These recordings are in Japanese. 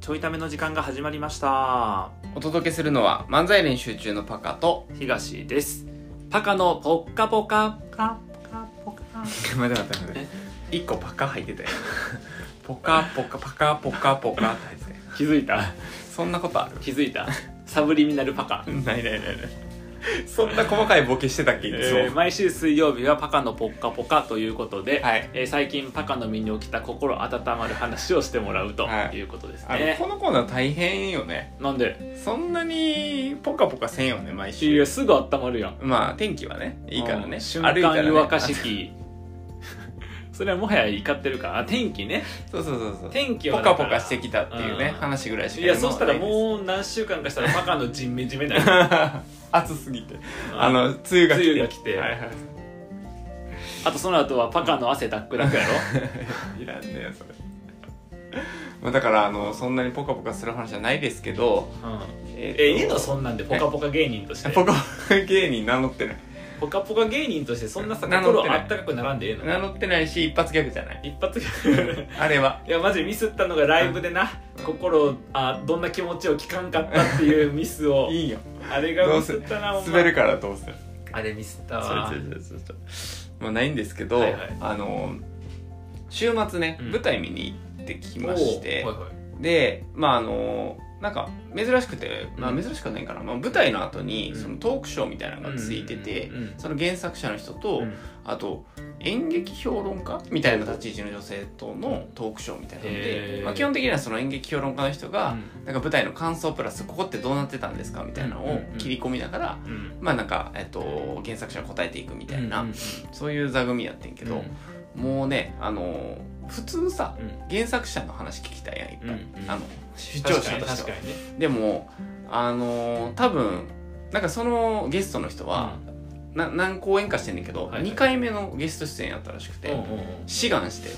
ちょいための時間が始まりましたお届けするのは漫才練習中のパカ と東ですパカのポッカポカカカポカ待って待って待って一個パカ 入ってたよポカポカパカポカポカって入ってたよ気づいたそんなことある気づいたサブリミナルパカないないないないそんな細かいボケしてたっけいつも、えー毎週水曜日はパカのポッカポカということで、はいえー最近パカの身に起きた心温まる話をしてもらうとはいいうことですあのね、このコーナー大変よねなんでそんなにポカポカせんよね毎い週やすぐ温まるやんまあ天気はねいいからうねん瞬歩いた間らね湯沸かし器 それはもはや怒ってるからあ天気ねそうそうそうそう天気はポだかカらポカしてきたっていうねうん話ぐらいしかいやそしたら今はないもう何週間かしたらパカのジンメジメだよです 暑すぎてあの梅雨が来て梅雨が来てはいはいあとその後はパカの汗ダックダックやろ いらんねよそれまあだからあのそんなにポカポカする話じゃないですけどうんええいいっとのそんなんでポカポカ芸人としてポカポカ 芸人名乗ってないポカポカ芸人としてそんなさ名乗って心ないあったかくならんでええの名乗ってないし一発ギャグじゃ ない一発あれはいやマジミスったのがライブでなうん心をあどんな気持ちを聞かんかったっていうミスをいいよあれがミスったなお前滑るからどうするあれミスったそうわそうそうそうまあないんですけど、はいはいあの週末ね、うん舞台見に行ってきまおしーてはいはいでまああのなんか珍しくて、まあ、うん珍しくはないかな、まあ、舞台の後にうんそのトークショーみたいなのがついてて、うんうんうんうんその原作者の人と、うんあと演劇評論家みたいな立ち位置の女性とのトークショーみたいなのへでー、まあ、基本的にはその演劇評論家の人が、なんか舞台の感想プラスここってどうなってたんですかみたいなのうんうをんうん切り込みながら、うんうんまあなんか、えっと、原作者が答えていくみたいな、うんうんそういう座組やってんけど、もうねあの普通さうんうん原作者の話聞きたいやんいっぱい、うんうんあの視聴確者かにとし確てかはにねでもあのー多分なんかそのゲストの人は、な何公演かしてんねんけど、はいはい2回目のゲスト出演やったらしくて、うんうんうん志願して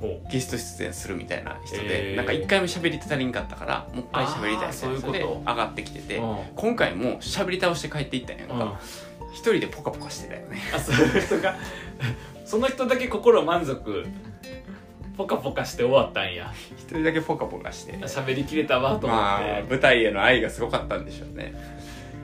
ほうゲスト出演するみたいな人へで、ーなんか1回目喋り足りんかったからもう一回喋あーりたいみたいな人そうでいう上ことがってきてて、うん今回も喋り倒して帰っていったんやんうんか、一人でポカポカしてたよね あそういう人がその人だけ心満足ポカポカして終わったんや一人だけポカポカして喋りきれたわと思まって、あ舞台への愛がすごかったんでしょうね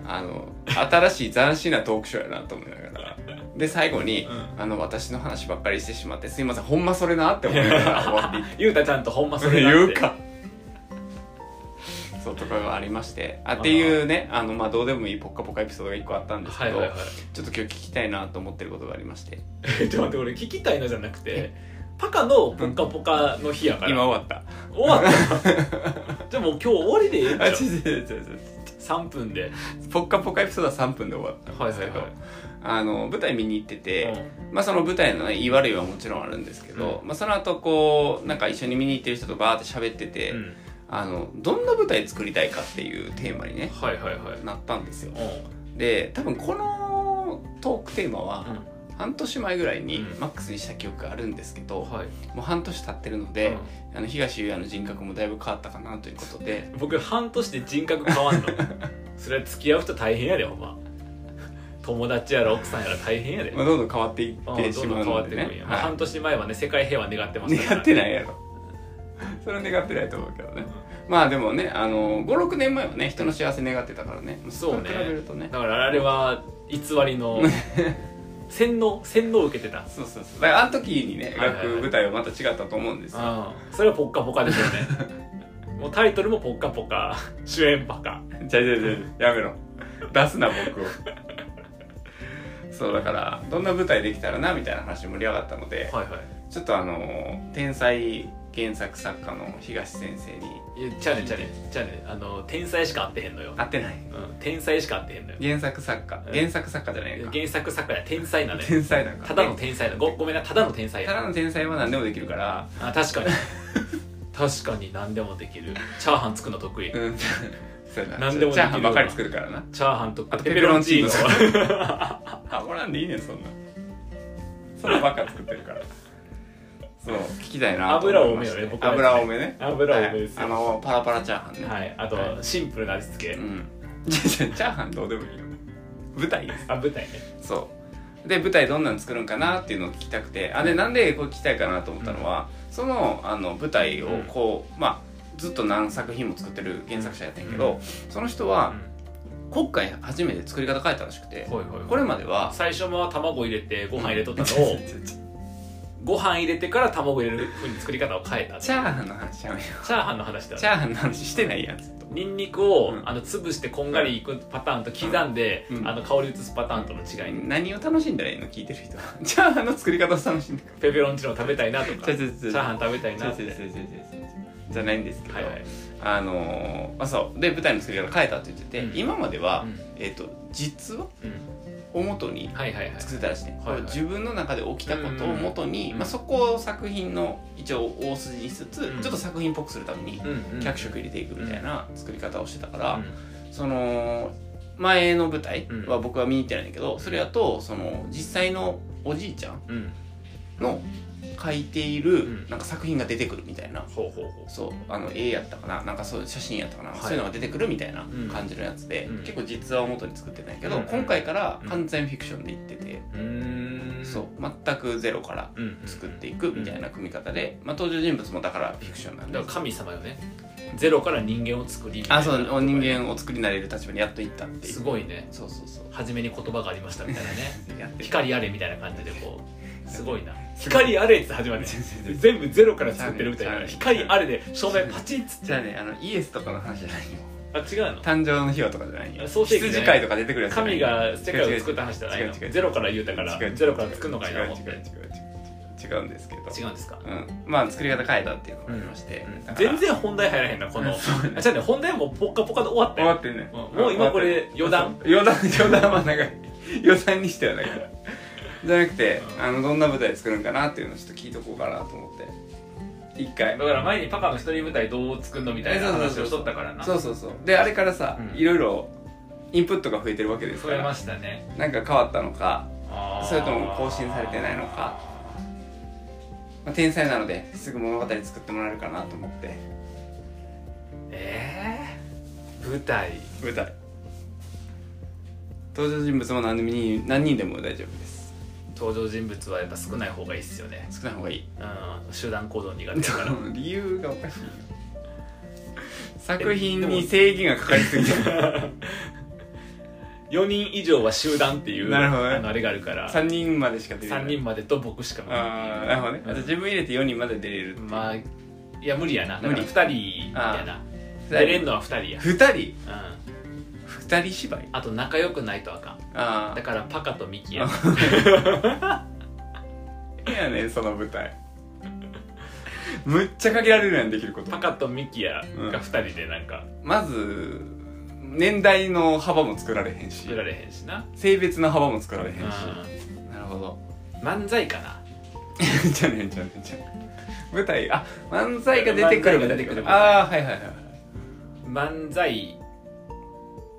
あの新しい斬新なトークショーやなと思いながらで最後に、うんあの私の話ばっかりしてしまってすいませんほんまそれなって思いながら終わっていっゆうたちゃんとほんまそてれだって言うかそうとかがありましてあっていうねあのまあどうでもいいポッカポカエピソードが1個あったんですはけいど、はいはいちょっと今日聞きたいなと思ってることがありましてえちょっと待って俺聞きたいのじゃなくてパカのポカポカの日やから、今終わった終わ ったじゃあもう今日終わりでええんあ違うちゃう違う違う違う3分でポッカポカエピソードは3分で終わったんですけど、はいはいはあの舞台見に行ってて、うんまあ、その舞台の、ね、言い悪いはもちろんあるんですけど、うまあ、その後こうなんか一緒に見に行ってる人とバーって喋ってて、うんあのどんな舞台作りたいかっていうテーマにねはいはいはいなったんですようで多分このトークテーマんは半年前ぐらいにうんマックスにした記憶があるんですけど、はいもう半年経ってるのうでん、あの東優也の人格もだいぶ変わったかなということで僕半年で人格変わんのそれは付き合う人大変やでほんま友達やら奥さんやら大変やでまあ、どんどん変わっていああってしまどんどんう変わのってでくるんねや、まあはい半年前はね世界平和願ってました願っていないやろ それは願ってないと思うけどねまあでもねあの56年前はね人の幸せ願ってたからねそうねれに比べるとねだからあれは偽りの洗脳洗脳を受けてたそうそうそうだからあの時にねはいはいはい描く舞台はまた違ったと思うんですようんそれはポッカポカでしょう ねもうタイトルもポッカポカ主演バカじゃじゃじゃやめろ出すな僕をそうだからどんな舞台できたらなみたいな話盛り上がったのではいはちょっとあの天才原作作家の東先生にいいやちゃうねちゃうねちゃうねあの天才しか会ってへんのよ、合ってないうん、天才しか会ってへんのよ原作作家うん原作作家じゃないか原作作家や天才なのよ天才なんかただの天才だごごめんなただの天才たやだの天才は何でもできるからあ確かに確かに何でもできるチャーハン作るの得意 うんそうやな何でもできるようなチャーハンばかり作るからなチャーハンとあかとペペロンチーノペペロあおらんでいいねんそんなそんなばっか作ってるからそう聞きたいなと油思多いまめしよてね僕は油多めね油多めですよはいあのパラパラチャーハンね、はいあと、はシンプルな味付け、うんじゃじゃチャーハンどうでもいいよ舞台ですあ舞台ねそうで舞台どんなん作るんかなっていうのを聞きたくてあでなんでこれ聞きたいかなと思ったのは、そのあの舞台をこう、まあずっと何作品も作ってる原作者やったんやけど、その人は今回初めて作り方変えたらしくて、ほいほいほいこれまでは最初は卵入れてご飯入れとった のうをんちょちょちょ ご飯入れてから卵入れるふうに作り方を変えたチチャャーハンの話ちゃうよーハンの話だチャーハンの話してないやんずっとニンニクを、うんあの潰してこんがりいくパターンと刻んで、うんあの香り移すパターンとの違い、何を楽しんだらいいの聞いてる人はチャーハンの作り方を楽しんでるペペロンチーノ食べたいなとか ちチょャちょちょちょーハン食べたいなって違う違う違う違う違うじゃないんですけど、はいはい、あのーまあそうで舞台の作り方変えたって言ってて、うん今までうは、んえっ、と実話うん、をもとにはいはいはい作ってたらしいね、はいはい自分の中で起きたことをもとに、うんまあ、そこを作品の一応大筋にしつつ、うんちょっと作品っぽくするためにうんうん脚色入れていくみたいな作り方をしてたから、うんその前の舞台は僕は見に行ってないんだけど、それやとその実際のおじいちゃんうんの書いていうんるなんか作品が出てくるみたいな、ほうほうほうそうあの絵やったかななんかそういう写真やったかな、はいそういうのが出てくるみたいなうん感じのやつで、うん結構実話を元に作ってたんやけど、うん今回から完全フィクションでいってて、うーんそう全くゼロからうんうん作っていくみたいな組み方で、まあ、登場人物もだからフィクションなんでだから神様よねゼロから人間を作りみたいなあそうお人間を作りになれる立場にやっといったっていうすごいねそうそうそう初めに言葉がありましたみたいなね やってる光あれみたいな感じでこうすごいな光あれって始まるね全部ゼロから作ってるみたいな光あれで照明パチッつってじゃあねあのイエスとかの話じゃないよあ違うの誕生の日はとかじゃないよ創世記じゃない羊飼いとか出てくるやつじゃない神よが世界を作った話じゃないの違う違う違うゼロから言うたから違う違うゼロから作るのかいな違う思違うって違う違う違うんですけど違うんですかうん、まあ作り方変えたっていうのがありまして、だから全然本題入らへんなこのそうねあ違うね本題もうポッカポカで終わった終わよってんね、うんもう今これ余談そう余談余談は長い余談にしては長いじゃなくてうんあのどんな舞台作るんかなっていうのをちょっと聞いとこうかなと思って一回だから前にパパの一人舞台どう作るのみたいな話をしとったからなそうそうそうであれからさ、うんいろいろインプットが増えてるわけですか増えまらしたねなんか変わったのかあーそれとも更新されてないのかまあ、天才なのですぐ物語作ってもらえるかなと思ってええ舞台舞台登場人物も何人何人でも大丈夫です登場人物はやっぱ少ない方がいいっすよね少ない方がいいうん集団行動苦手だから理由がおかしいよ作品に制限がかかりすぎて 4人以上は集団っていうなるほどねあのあれがあるから3人までしか出れない3人までと僕しか無理ああなるほどね、あと自分入れて4人まで出れるっていうまあいや無理やなだ無か理ら2人みたいな二人出れんのは2人や、 2人うん、 2人芝居あと仲良くないとあかんあだからパカとミキやあいやねんその舞台むっちゃ限られるやんできることパカとミキやが2人でなんかまず年代の幅も作られへんし作られへんしな、性別の幅も作られへんうしん、なるほど漫才かなじゃねじゃねじゃね舞台あ漫才が出てくる漫才がみた出いてくるなああはいはいはい漫才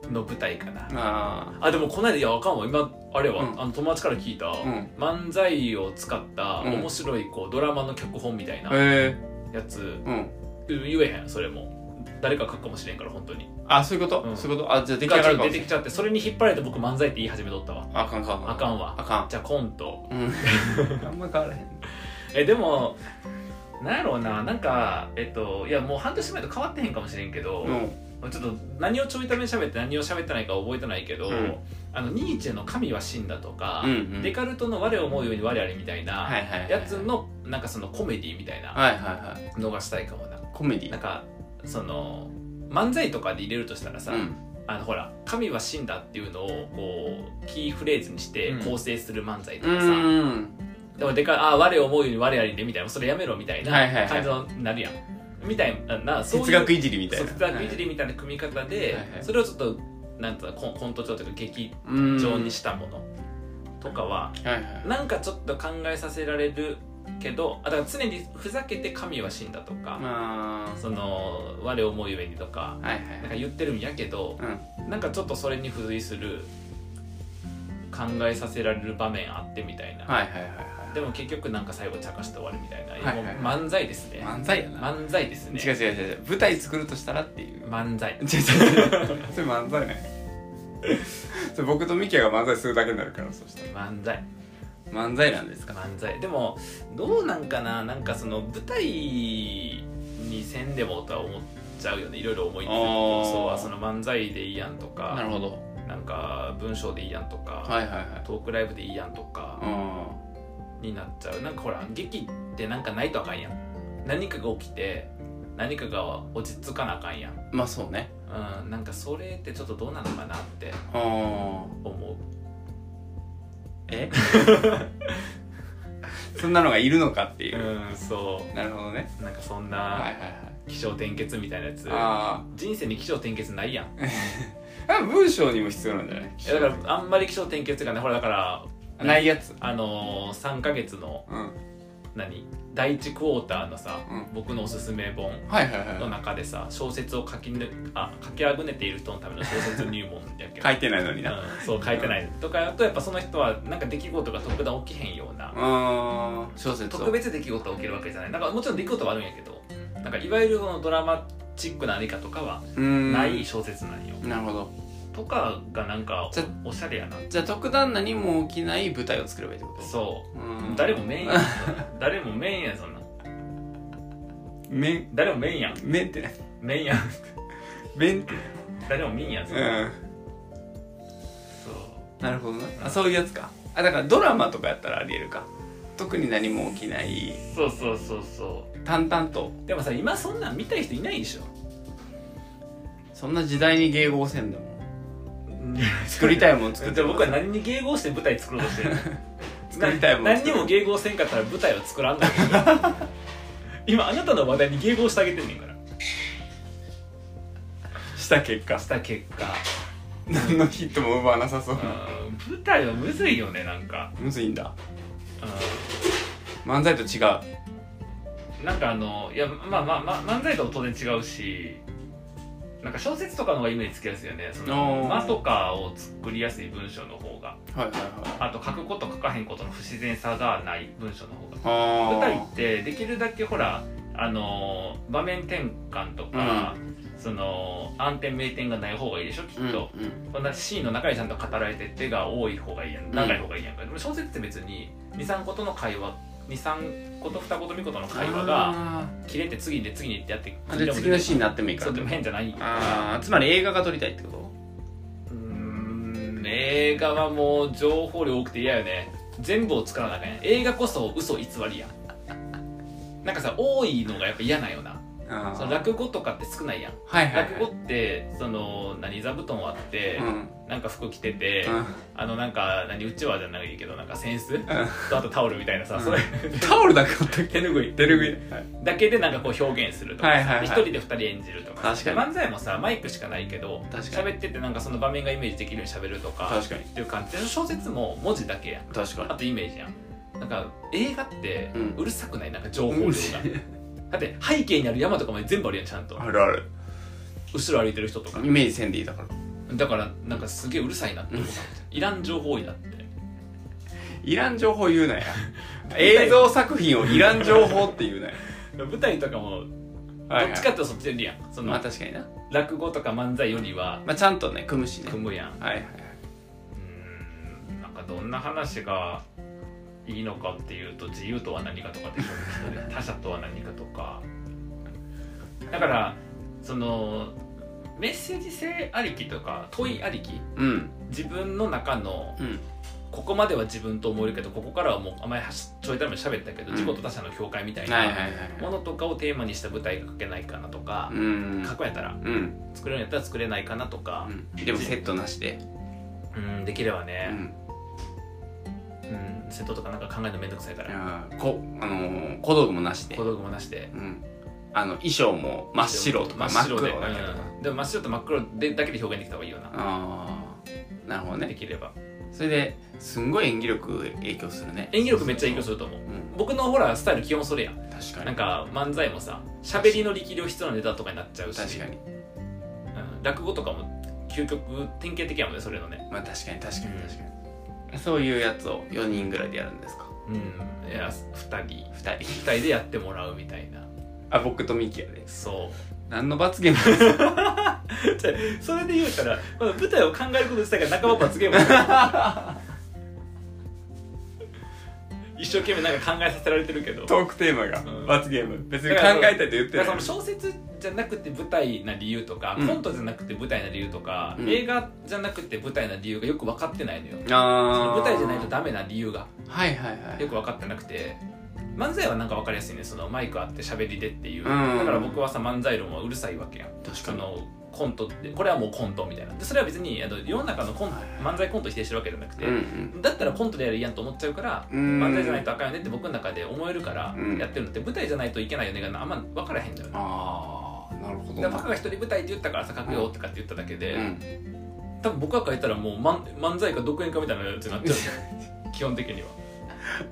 の舞台かなああでもこの間いやあかんわ今あれは、うんあの友達から聞いた、ん漫才を使ったうん面白いこうドラマの脚本みたいなあへやつえ、うん言えへんそれも誰か書くかもしれんから本当にあそういうこと、うんそういうことあじゃあ出来上ががちょるっとかも出してれきんちゃってそれに引っ張られて僕漫才って言い始めとったわあかんかんあかんわあかんじゃあコントうん あんま変わらへんえでもなんやろうななんかえっといやもう半年前と変わってへんかもしれんけど、うんちょっと何をちょいために喋って何を喋ってないか覚えてないけど、うんあのニーチェの「神は死んだ」とか、うんうんデカルトの「我を思うように我あり」みたいな、はいはいはいやつのなんかそのコメディみたいなはいはいはいのがしたいかもなコメデなんィかその漫才とかで入れるとしたらさ、うんあのほら「神は死んだ」っていうのをこうキーフレーズにしてうん構成する漫才とうかさ、んでもでかああ我を思うように我ありでみたいなそれやめろみたいなはいはいはい感じになるやん、みたいななそういう哲学いじりみたいそうな哲学いじりみたいな組み方で、はいはいそれをちょっとなんとコンコント調というか劇うん場にしたものとかは、はいはいなんかちょっと考えさせられるけどあだから常にふざけて「神は死んだ」とかま「その我を思うゆえに」とかあはいはなんいか言ってるんやけどうんなんかちょっとそれに付随する考えさせられる場面あってみたいな、はいはいはいはでも結局なんか最後茶化して終わるみたいな、いはいはいもう漫才ですいね漫才やな漫才です違うね違う違う違う舞台作るとしたらっていう漫才違う 違う違うそれ漫才ねそれ僕とミキヤが漫才するだけになるからそうした漫才ら漫才なんですか漫才でもどうなんかななんかその舞台にせんでもとは思っちゃうよねいろいろ思いつつあーそうはその漫才でいいやんとかなるほどなんか文章でいいやんとか、はいはいはいトークライブでいいやんとかうになっちゃうなんかほら劇ってなんかないとあかんやん何かが起きて何かが落ち着かなあかんやんんまあそうねうんなんかそれってちょっとどうなのかなってうん思うえ そんなのがいるのかっていう、うんそなるほどねうなんかそんはいなはいはい起承転結みたいなやつ、あ人生に起承転結ないやんーあ文章にも必要なんじゃないいやだからあんまり起承転結がねほらだからあないやつあのー、3ヶ月のうん何第1クォーターのさ、うん僕のおすすめ本はいはいはいの中でさ小説を書きぬあ書きあぐねている人のための小説入門やっけ書いてないのになうんそう書いてないとかあとやっぱその人はなんか出来事が特段起きへんようなうん小説を特別出来事が起きるわけじゃないなんかもちろん出来事はあるんやけどなんかいわゆるこのドラマチックな何かとかはうんない小説なんよ、なるほどとかがなんかじゃおおしゃれやなじゃあ特段何も起きない舞台を作ればいいってことそううん誰もメインやん誰もメインやんそんな面誰もメインやん面っ てないメインやん面って誰もメインやんそんな、うんそうなるほどなあそういうやつかあだからドラマとかやったらありえるか特に何も起きないそうそうそうそ淡々とうでもさ今そんなん見たい人いないでしょそんな時代に迎合せ んでも作りいたいもん作ってじゃあ僕は何に迎合して舞台作ろうとしてるの 作りたいもんな何にも迎合せんかったら舞台は作らんの よ今あなたの話題に迎合してあげてんねんからした結果した結果何のヒットも奪わなさそううん舞台はむずいよねなんか、むずいんだう、漫才と違うんなんかあのいやまあまあ、まあ、漫才とは当然違うしなんか小説とかの方がイメージつきやすいよねそのおー間とかを作りやすい文章の方がはいはいはいあと書くこと書かへんことの不自然さがない文章の方があ舞台っーてできるだけほらあのー場面転換とか、その暗転明転がない方がいいでしょきっと、うんうんこんなシーンの中にちゃんと語られて手が多い方がいいやんん長い方がいいやんか、でも小説って別に23個との会話23個と2個と3個との会話があ切れて次で次にってやってーあじゃあ次のシーンになってもいいかそうらでも変じゃないあーつまり映画が撮りたいってこうーん映画はもう情報量多くて嫌よね全部を作らなあかんやん映画こそ嘘偽りやんなんかさ多いのがやっぱ嫌なんよなとあーその落語とかって少ないやんはいはいはい落語ってその何座布団あって、うんなんか服着てて、うんあのなんか何うちわじゃないけどなんか扇子とあとタオルみたいなさ、うんそれタオルだけあったっけ手ぬぐい手ぬぐいはいだけでなんかこう表現するとかさはいはいはでい一人で二人演じるとか確か漫才もさマイクしかないけど確かに喋っててなんかその場面がイメージできるように喋るとか確かにっていう感じで小説も文字だけやん確あかとイメージやんなんか映画ってうんうるさくない、なんか情報に量が、だって背景にある山とかまで全部あるやんちゃんとあるある後ろ歩いてる人とかイメージせんでいいだからだからなんかすげえうるさいなって思ったいらん情報多いなっていらん情報言うなや 映像作品をいらん情報って言うなや舞台とかもどはいはいっちかってそっちでやんそまあの確かにな、落語とか漫才よりはまあ、ちゃんとね組むしね組むやんはいはいはいうーんなんかどんな話がいいのかっていうと自由とは何かとかでし ょ他者とは何かとかだからそのメッセージ性ありきとか問いありきうん自分の中のうんここまでは自分と思えるけどここからはもう甘いちょいために喋ったけどうん自己と他者の境界みたいはいはいなはいものとかをテーマにした舞台が書けないかなとかう、ん書くんやったらうん、作れるんやったら作れないかなとか、うん、でもセットなしで、うんできればうね、ん、うん、瀬戸とかなんか考えるのめんどくさいからあーこあのー小道具もなしで小、道具もなしでうん、あの衣装も真っ白とか真っ真っ白黒でだけとか、うんでも真っ白と真っ黒でだけで表現できた方がいいよなああなるほどでねきればそれですんごい演技力影響するね演技力めっちゃ影響するると思ううん僕のほらスタイル基本それやん確かなんにか漫才もさ喋りの力量必要なネタとかになっちゃうし確かにうん、落語とかも究極典型的やもんねそれのねまあ確かに確かにうん確かにそういうやつを4人ぐらいでやるんですかうんいや2人2人2人でやってもらうみたいなあ僕とミキヤでそう何の罰ゲーム じゃあ それで言うたらこの舞台を考えること自体が仲間罰ゲームだよ 一生懸命なんか考えさせられてるけどトークテーマが、うん罰ゲーム別にだ考からえたいと言っだてないからその小説じゃなくて舞台な理由とか、うんコントじゃなくて舞台な理由とか、うん映画じゃなくて舞台な理由がよく分かってないのよそあのあ舞台じゃないとダメな理由がはいはいはいよく分かってなくて漫才はなんか分かりやすいねそのマイクあって喋りでっていう、うんだから僕はさ漫才論はうるさいわけやん確そかにのコントってこれはもうコントみたいなでそれは別にあの世の中のコント漫才コント否定してるわけじゃなくて、うんうんだったらコントでやるやんと思っちゃうから、うん漫才じゃないとあかんよねって僕の中で思えるからうんやってるのって、舞台じゃないといけないよねがあんま分からへんのよねああなるほどだなからバカが一人舞台って言ったからさ書くよとかって言っただけで、うん多分僕が書いたらもう漫漫才か独演かみたいなやつになっちゃう 基本的には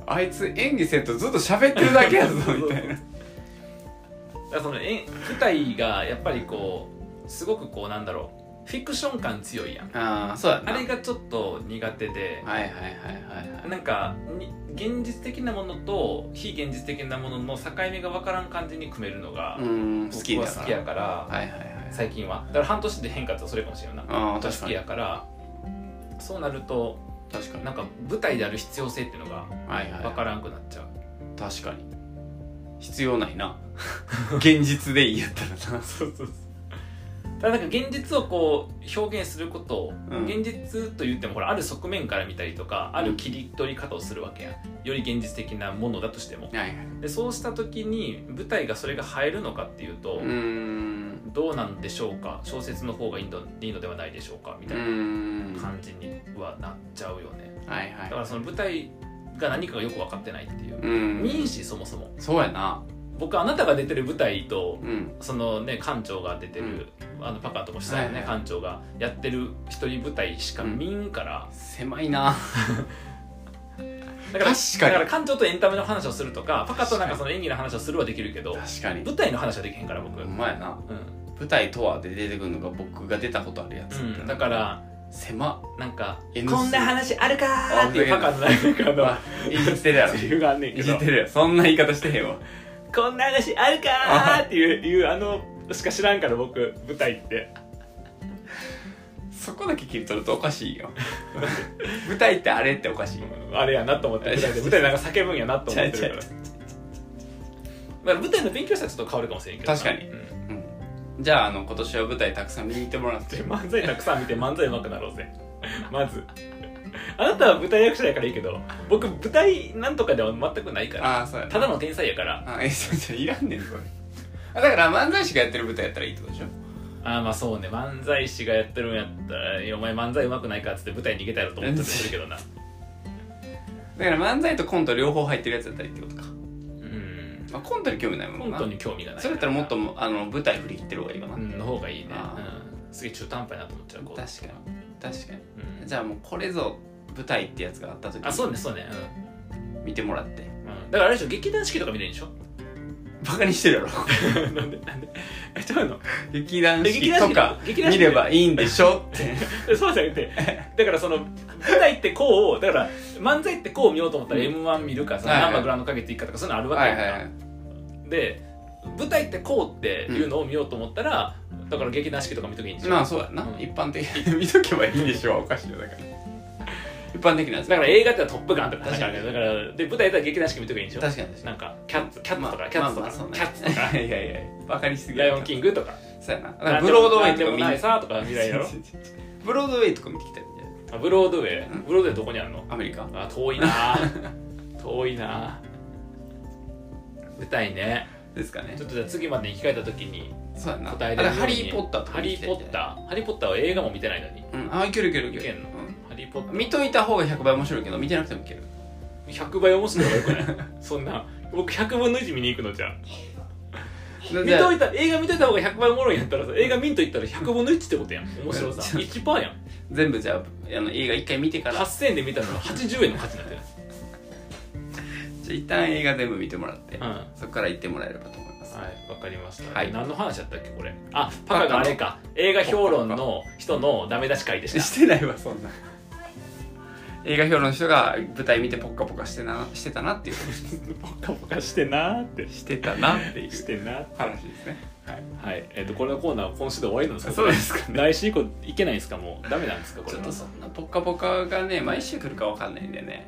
あいつ演技せんとずっと喋ってるだけやぞそうそうみたいなだからそのえ舞台がやっぱりこうすごくこうなんだろうフィクション感強いやんああそうだあなれがちょっと苦手ではいはいはいはいはいなんかに現実的なものと非現実的なものの境目が分からん感じに組めるのがうーん好き僕だはか好らきやからはいはいはい最近はだから半年で変化ってそれかもしれんないなああ僕は確好かきにやからそうなると確かになんか舞台である必要性っていうのがはいはい分からんくなっちゃう確かに必要ないな現実でいいやったらなそうそうそうただなんか現実をこう表現することを、うん現実と言ってもほらある側面から見たりとかある切り取り方をするわけやより現実的なものだとしてもはいはいでそうした時に舞台がそれが入るのかっていうと、うーんどうなんでしょうか小説の方がいいのいいのではないでしょうかみうたいなーんは感じにはなっちゃうよねいだはいからその舞台が何かがよく分かってないっていうう民んしそもそもそうやな僕あなたが出てる舞台とうんそのね館長が出てる、あのパカともしたよね、はいはい館長がやってる一人舞台しか見んから、狭いなだから確かだにから館長とエンタメの話をするとかパカとなん確かかにその演技の話をするはできるけど確かに舞台の話はできへんから僕、うほんんまやな舞台とはで出てくるのが僕が出たことあるやつうんだから狭っなんか「 N こんな話あるか!」っていうパカのなんかのいじってるやろセリフがあんねんけいじどってるやろそんな言い方してへんわ「こんな話あるか!」っていういうあのしか知らんから僕舞台ってそこだけ切り取るとおかしいよ 舞台ってあれっておかしいあれやなと思って舞 台で舞台なんか叫ぶんやなと思ってるからだから舞台の勉強したらちょっと変わるかもしれんけどな確かにうんうんじゃああの今年は舞台たくさん見に行ってもらっちてょ漫才たくさん見て漫才上手くなろうぜ まずあなたは舞台役者やからいいけど僕舞台なんとかでは全くないからああそうやなただの天才やからあえそうじゃいらんねんそれあだから漫才師がやってる舞台やったらいいってことでしょああまあそうね漫才師がやってるんやったら「いやお前漫才上手くないか」っつって舞台逃げたやろと思ったりするけどなだから漫才とコント両方入ってるやつやったらいいってことか、うんまあ、コントに興味ないもコんンなトに興味がないそれやったらもっともあの舞台振り切ってる方がいいかな、う確んの方がいいねあうんすげえ中途半端やなと思っちゃうこうかに確かにうんじゃあもうこれぞ舞台ってやつがあった時あそうにねそうね見てもらってうん、うん、だからあれでしょ劇団四季とか見れるんで しょバカにし てるやろなんでなんでえちゃうの劇団四季劇団四と季か劇団四見季ればいいんでしょ ってで そうじゃなくてだからその舞台ってこうだから漫才ってこう見ようと思ったら m 1見るかそのはいはナいンバーグランドかけていくかとかそういうのあるわはけいやんはか、いはいで舞台ってこうっていうのを見ようと思ったら、だから劇団四季とか見とけばいいんでしょ、 まあそうやな、うん一般的に見とけばいいんでしょうおかしいよだから一般的なやつだから映画ってのはトップガン」とか確確かかににだからで舞台だったら劇団四季見とけばいいんでしょ確かに確かなにんかキャッツキャッツとまあかキャッツとか、まあまあそうねキャッツとか いやいやいやバカにしてライオンキングとかそうやなだからブロードウェイとか見見ないにさとか見ないやろ ブロードウェイとか見てきたんじゃあブロードウェイ、うんブロードウェイどこにあるのアメリカあ遠いな 遠いな舞台ねですかねちょっとじゃあ次までに生き返った時にそうやな答えあれるれようにハリー・ポッターとかハ見リてー・きたポんじッゃないターハリー・ポッターは映画も見てないのにうんあいけるいけるいけいけるんのうハリー・ポッタんー見といた方が100倍面白いけど見てなくてもいける100倍面白いのがよくない そんな僕100分の1見に行くのじゃあ見じゃあといた映画見といた方が100倍おもろいんやったらさ映画見んといったら100分の1ってことやん 面白さ1%やん全部じゃああの映画1回見てから8000円で見たのは80円の価値になってるじゃあ一旦映画全部見てもらって、うんはそこから行ってもらえればと思います、いわかりました、はい何の話やったっけこれあパカがあれか映画評論の人のダメ出し会でしたしてないわそんな映画評論の人が舞台見てポッカポカしてなしてたなっていうポカポカしてなーってしてたなっていうしてんな話ですねはいはいえっ、とこれのコーナー今週で終わりなんですかそうですかね来週以降いけないんですかもうダメなんですかこちれょっはとそんなポッカポカがね毎週来るかわかんないんでね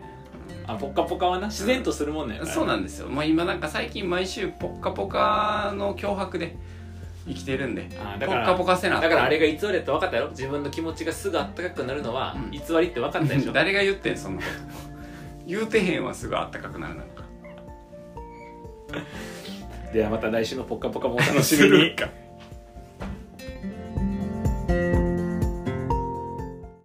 あポッカポカはな自然とするもんなんやからそうなんですよもう今なんか最近毎週ポッカポカの脅迫で生きてるんであだポかッらカポカせなだからあれが偽りって分かったやろ自分の気持ちがすぐあったかくなるのはうん偽りって分かったでしょ、 誰が言ってんそんなこと言うてへんはすぐあったかくなるなんかではまた来週の「ぽっかぽか」もお楽するか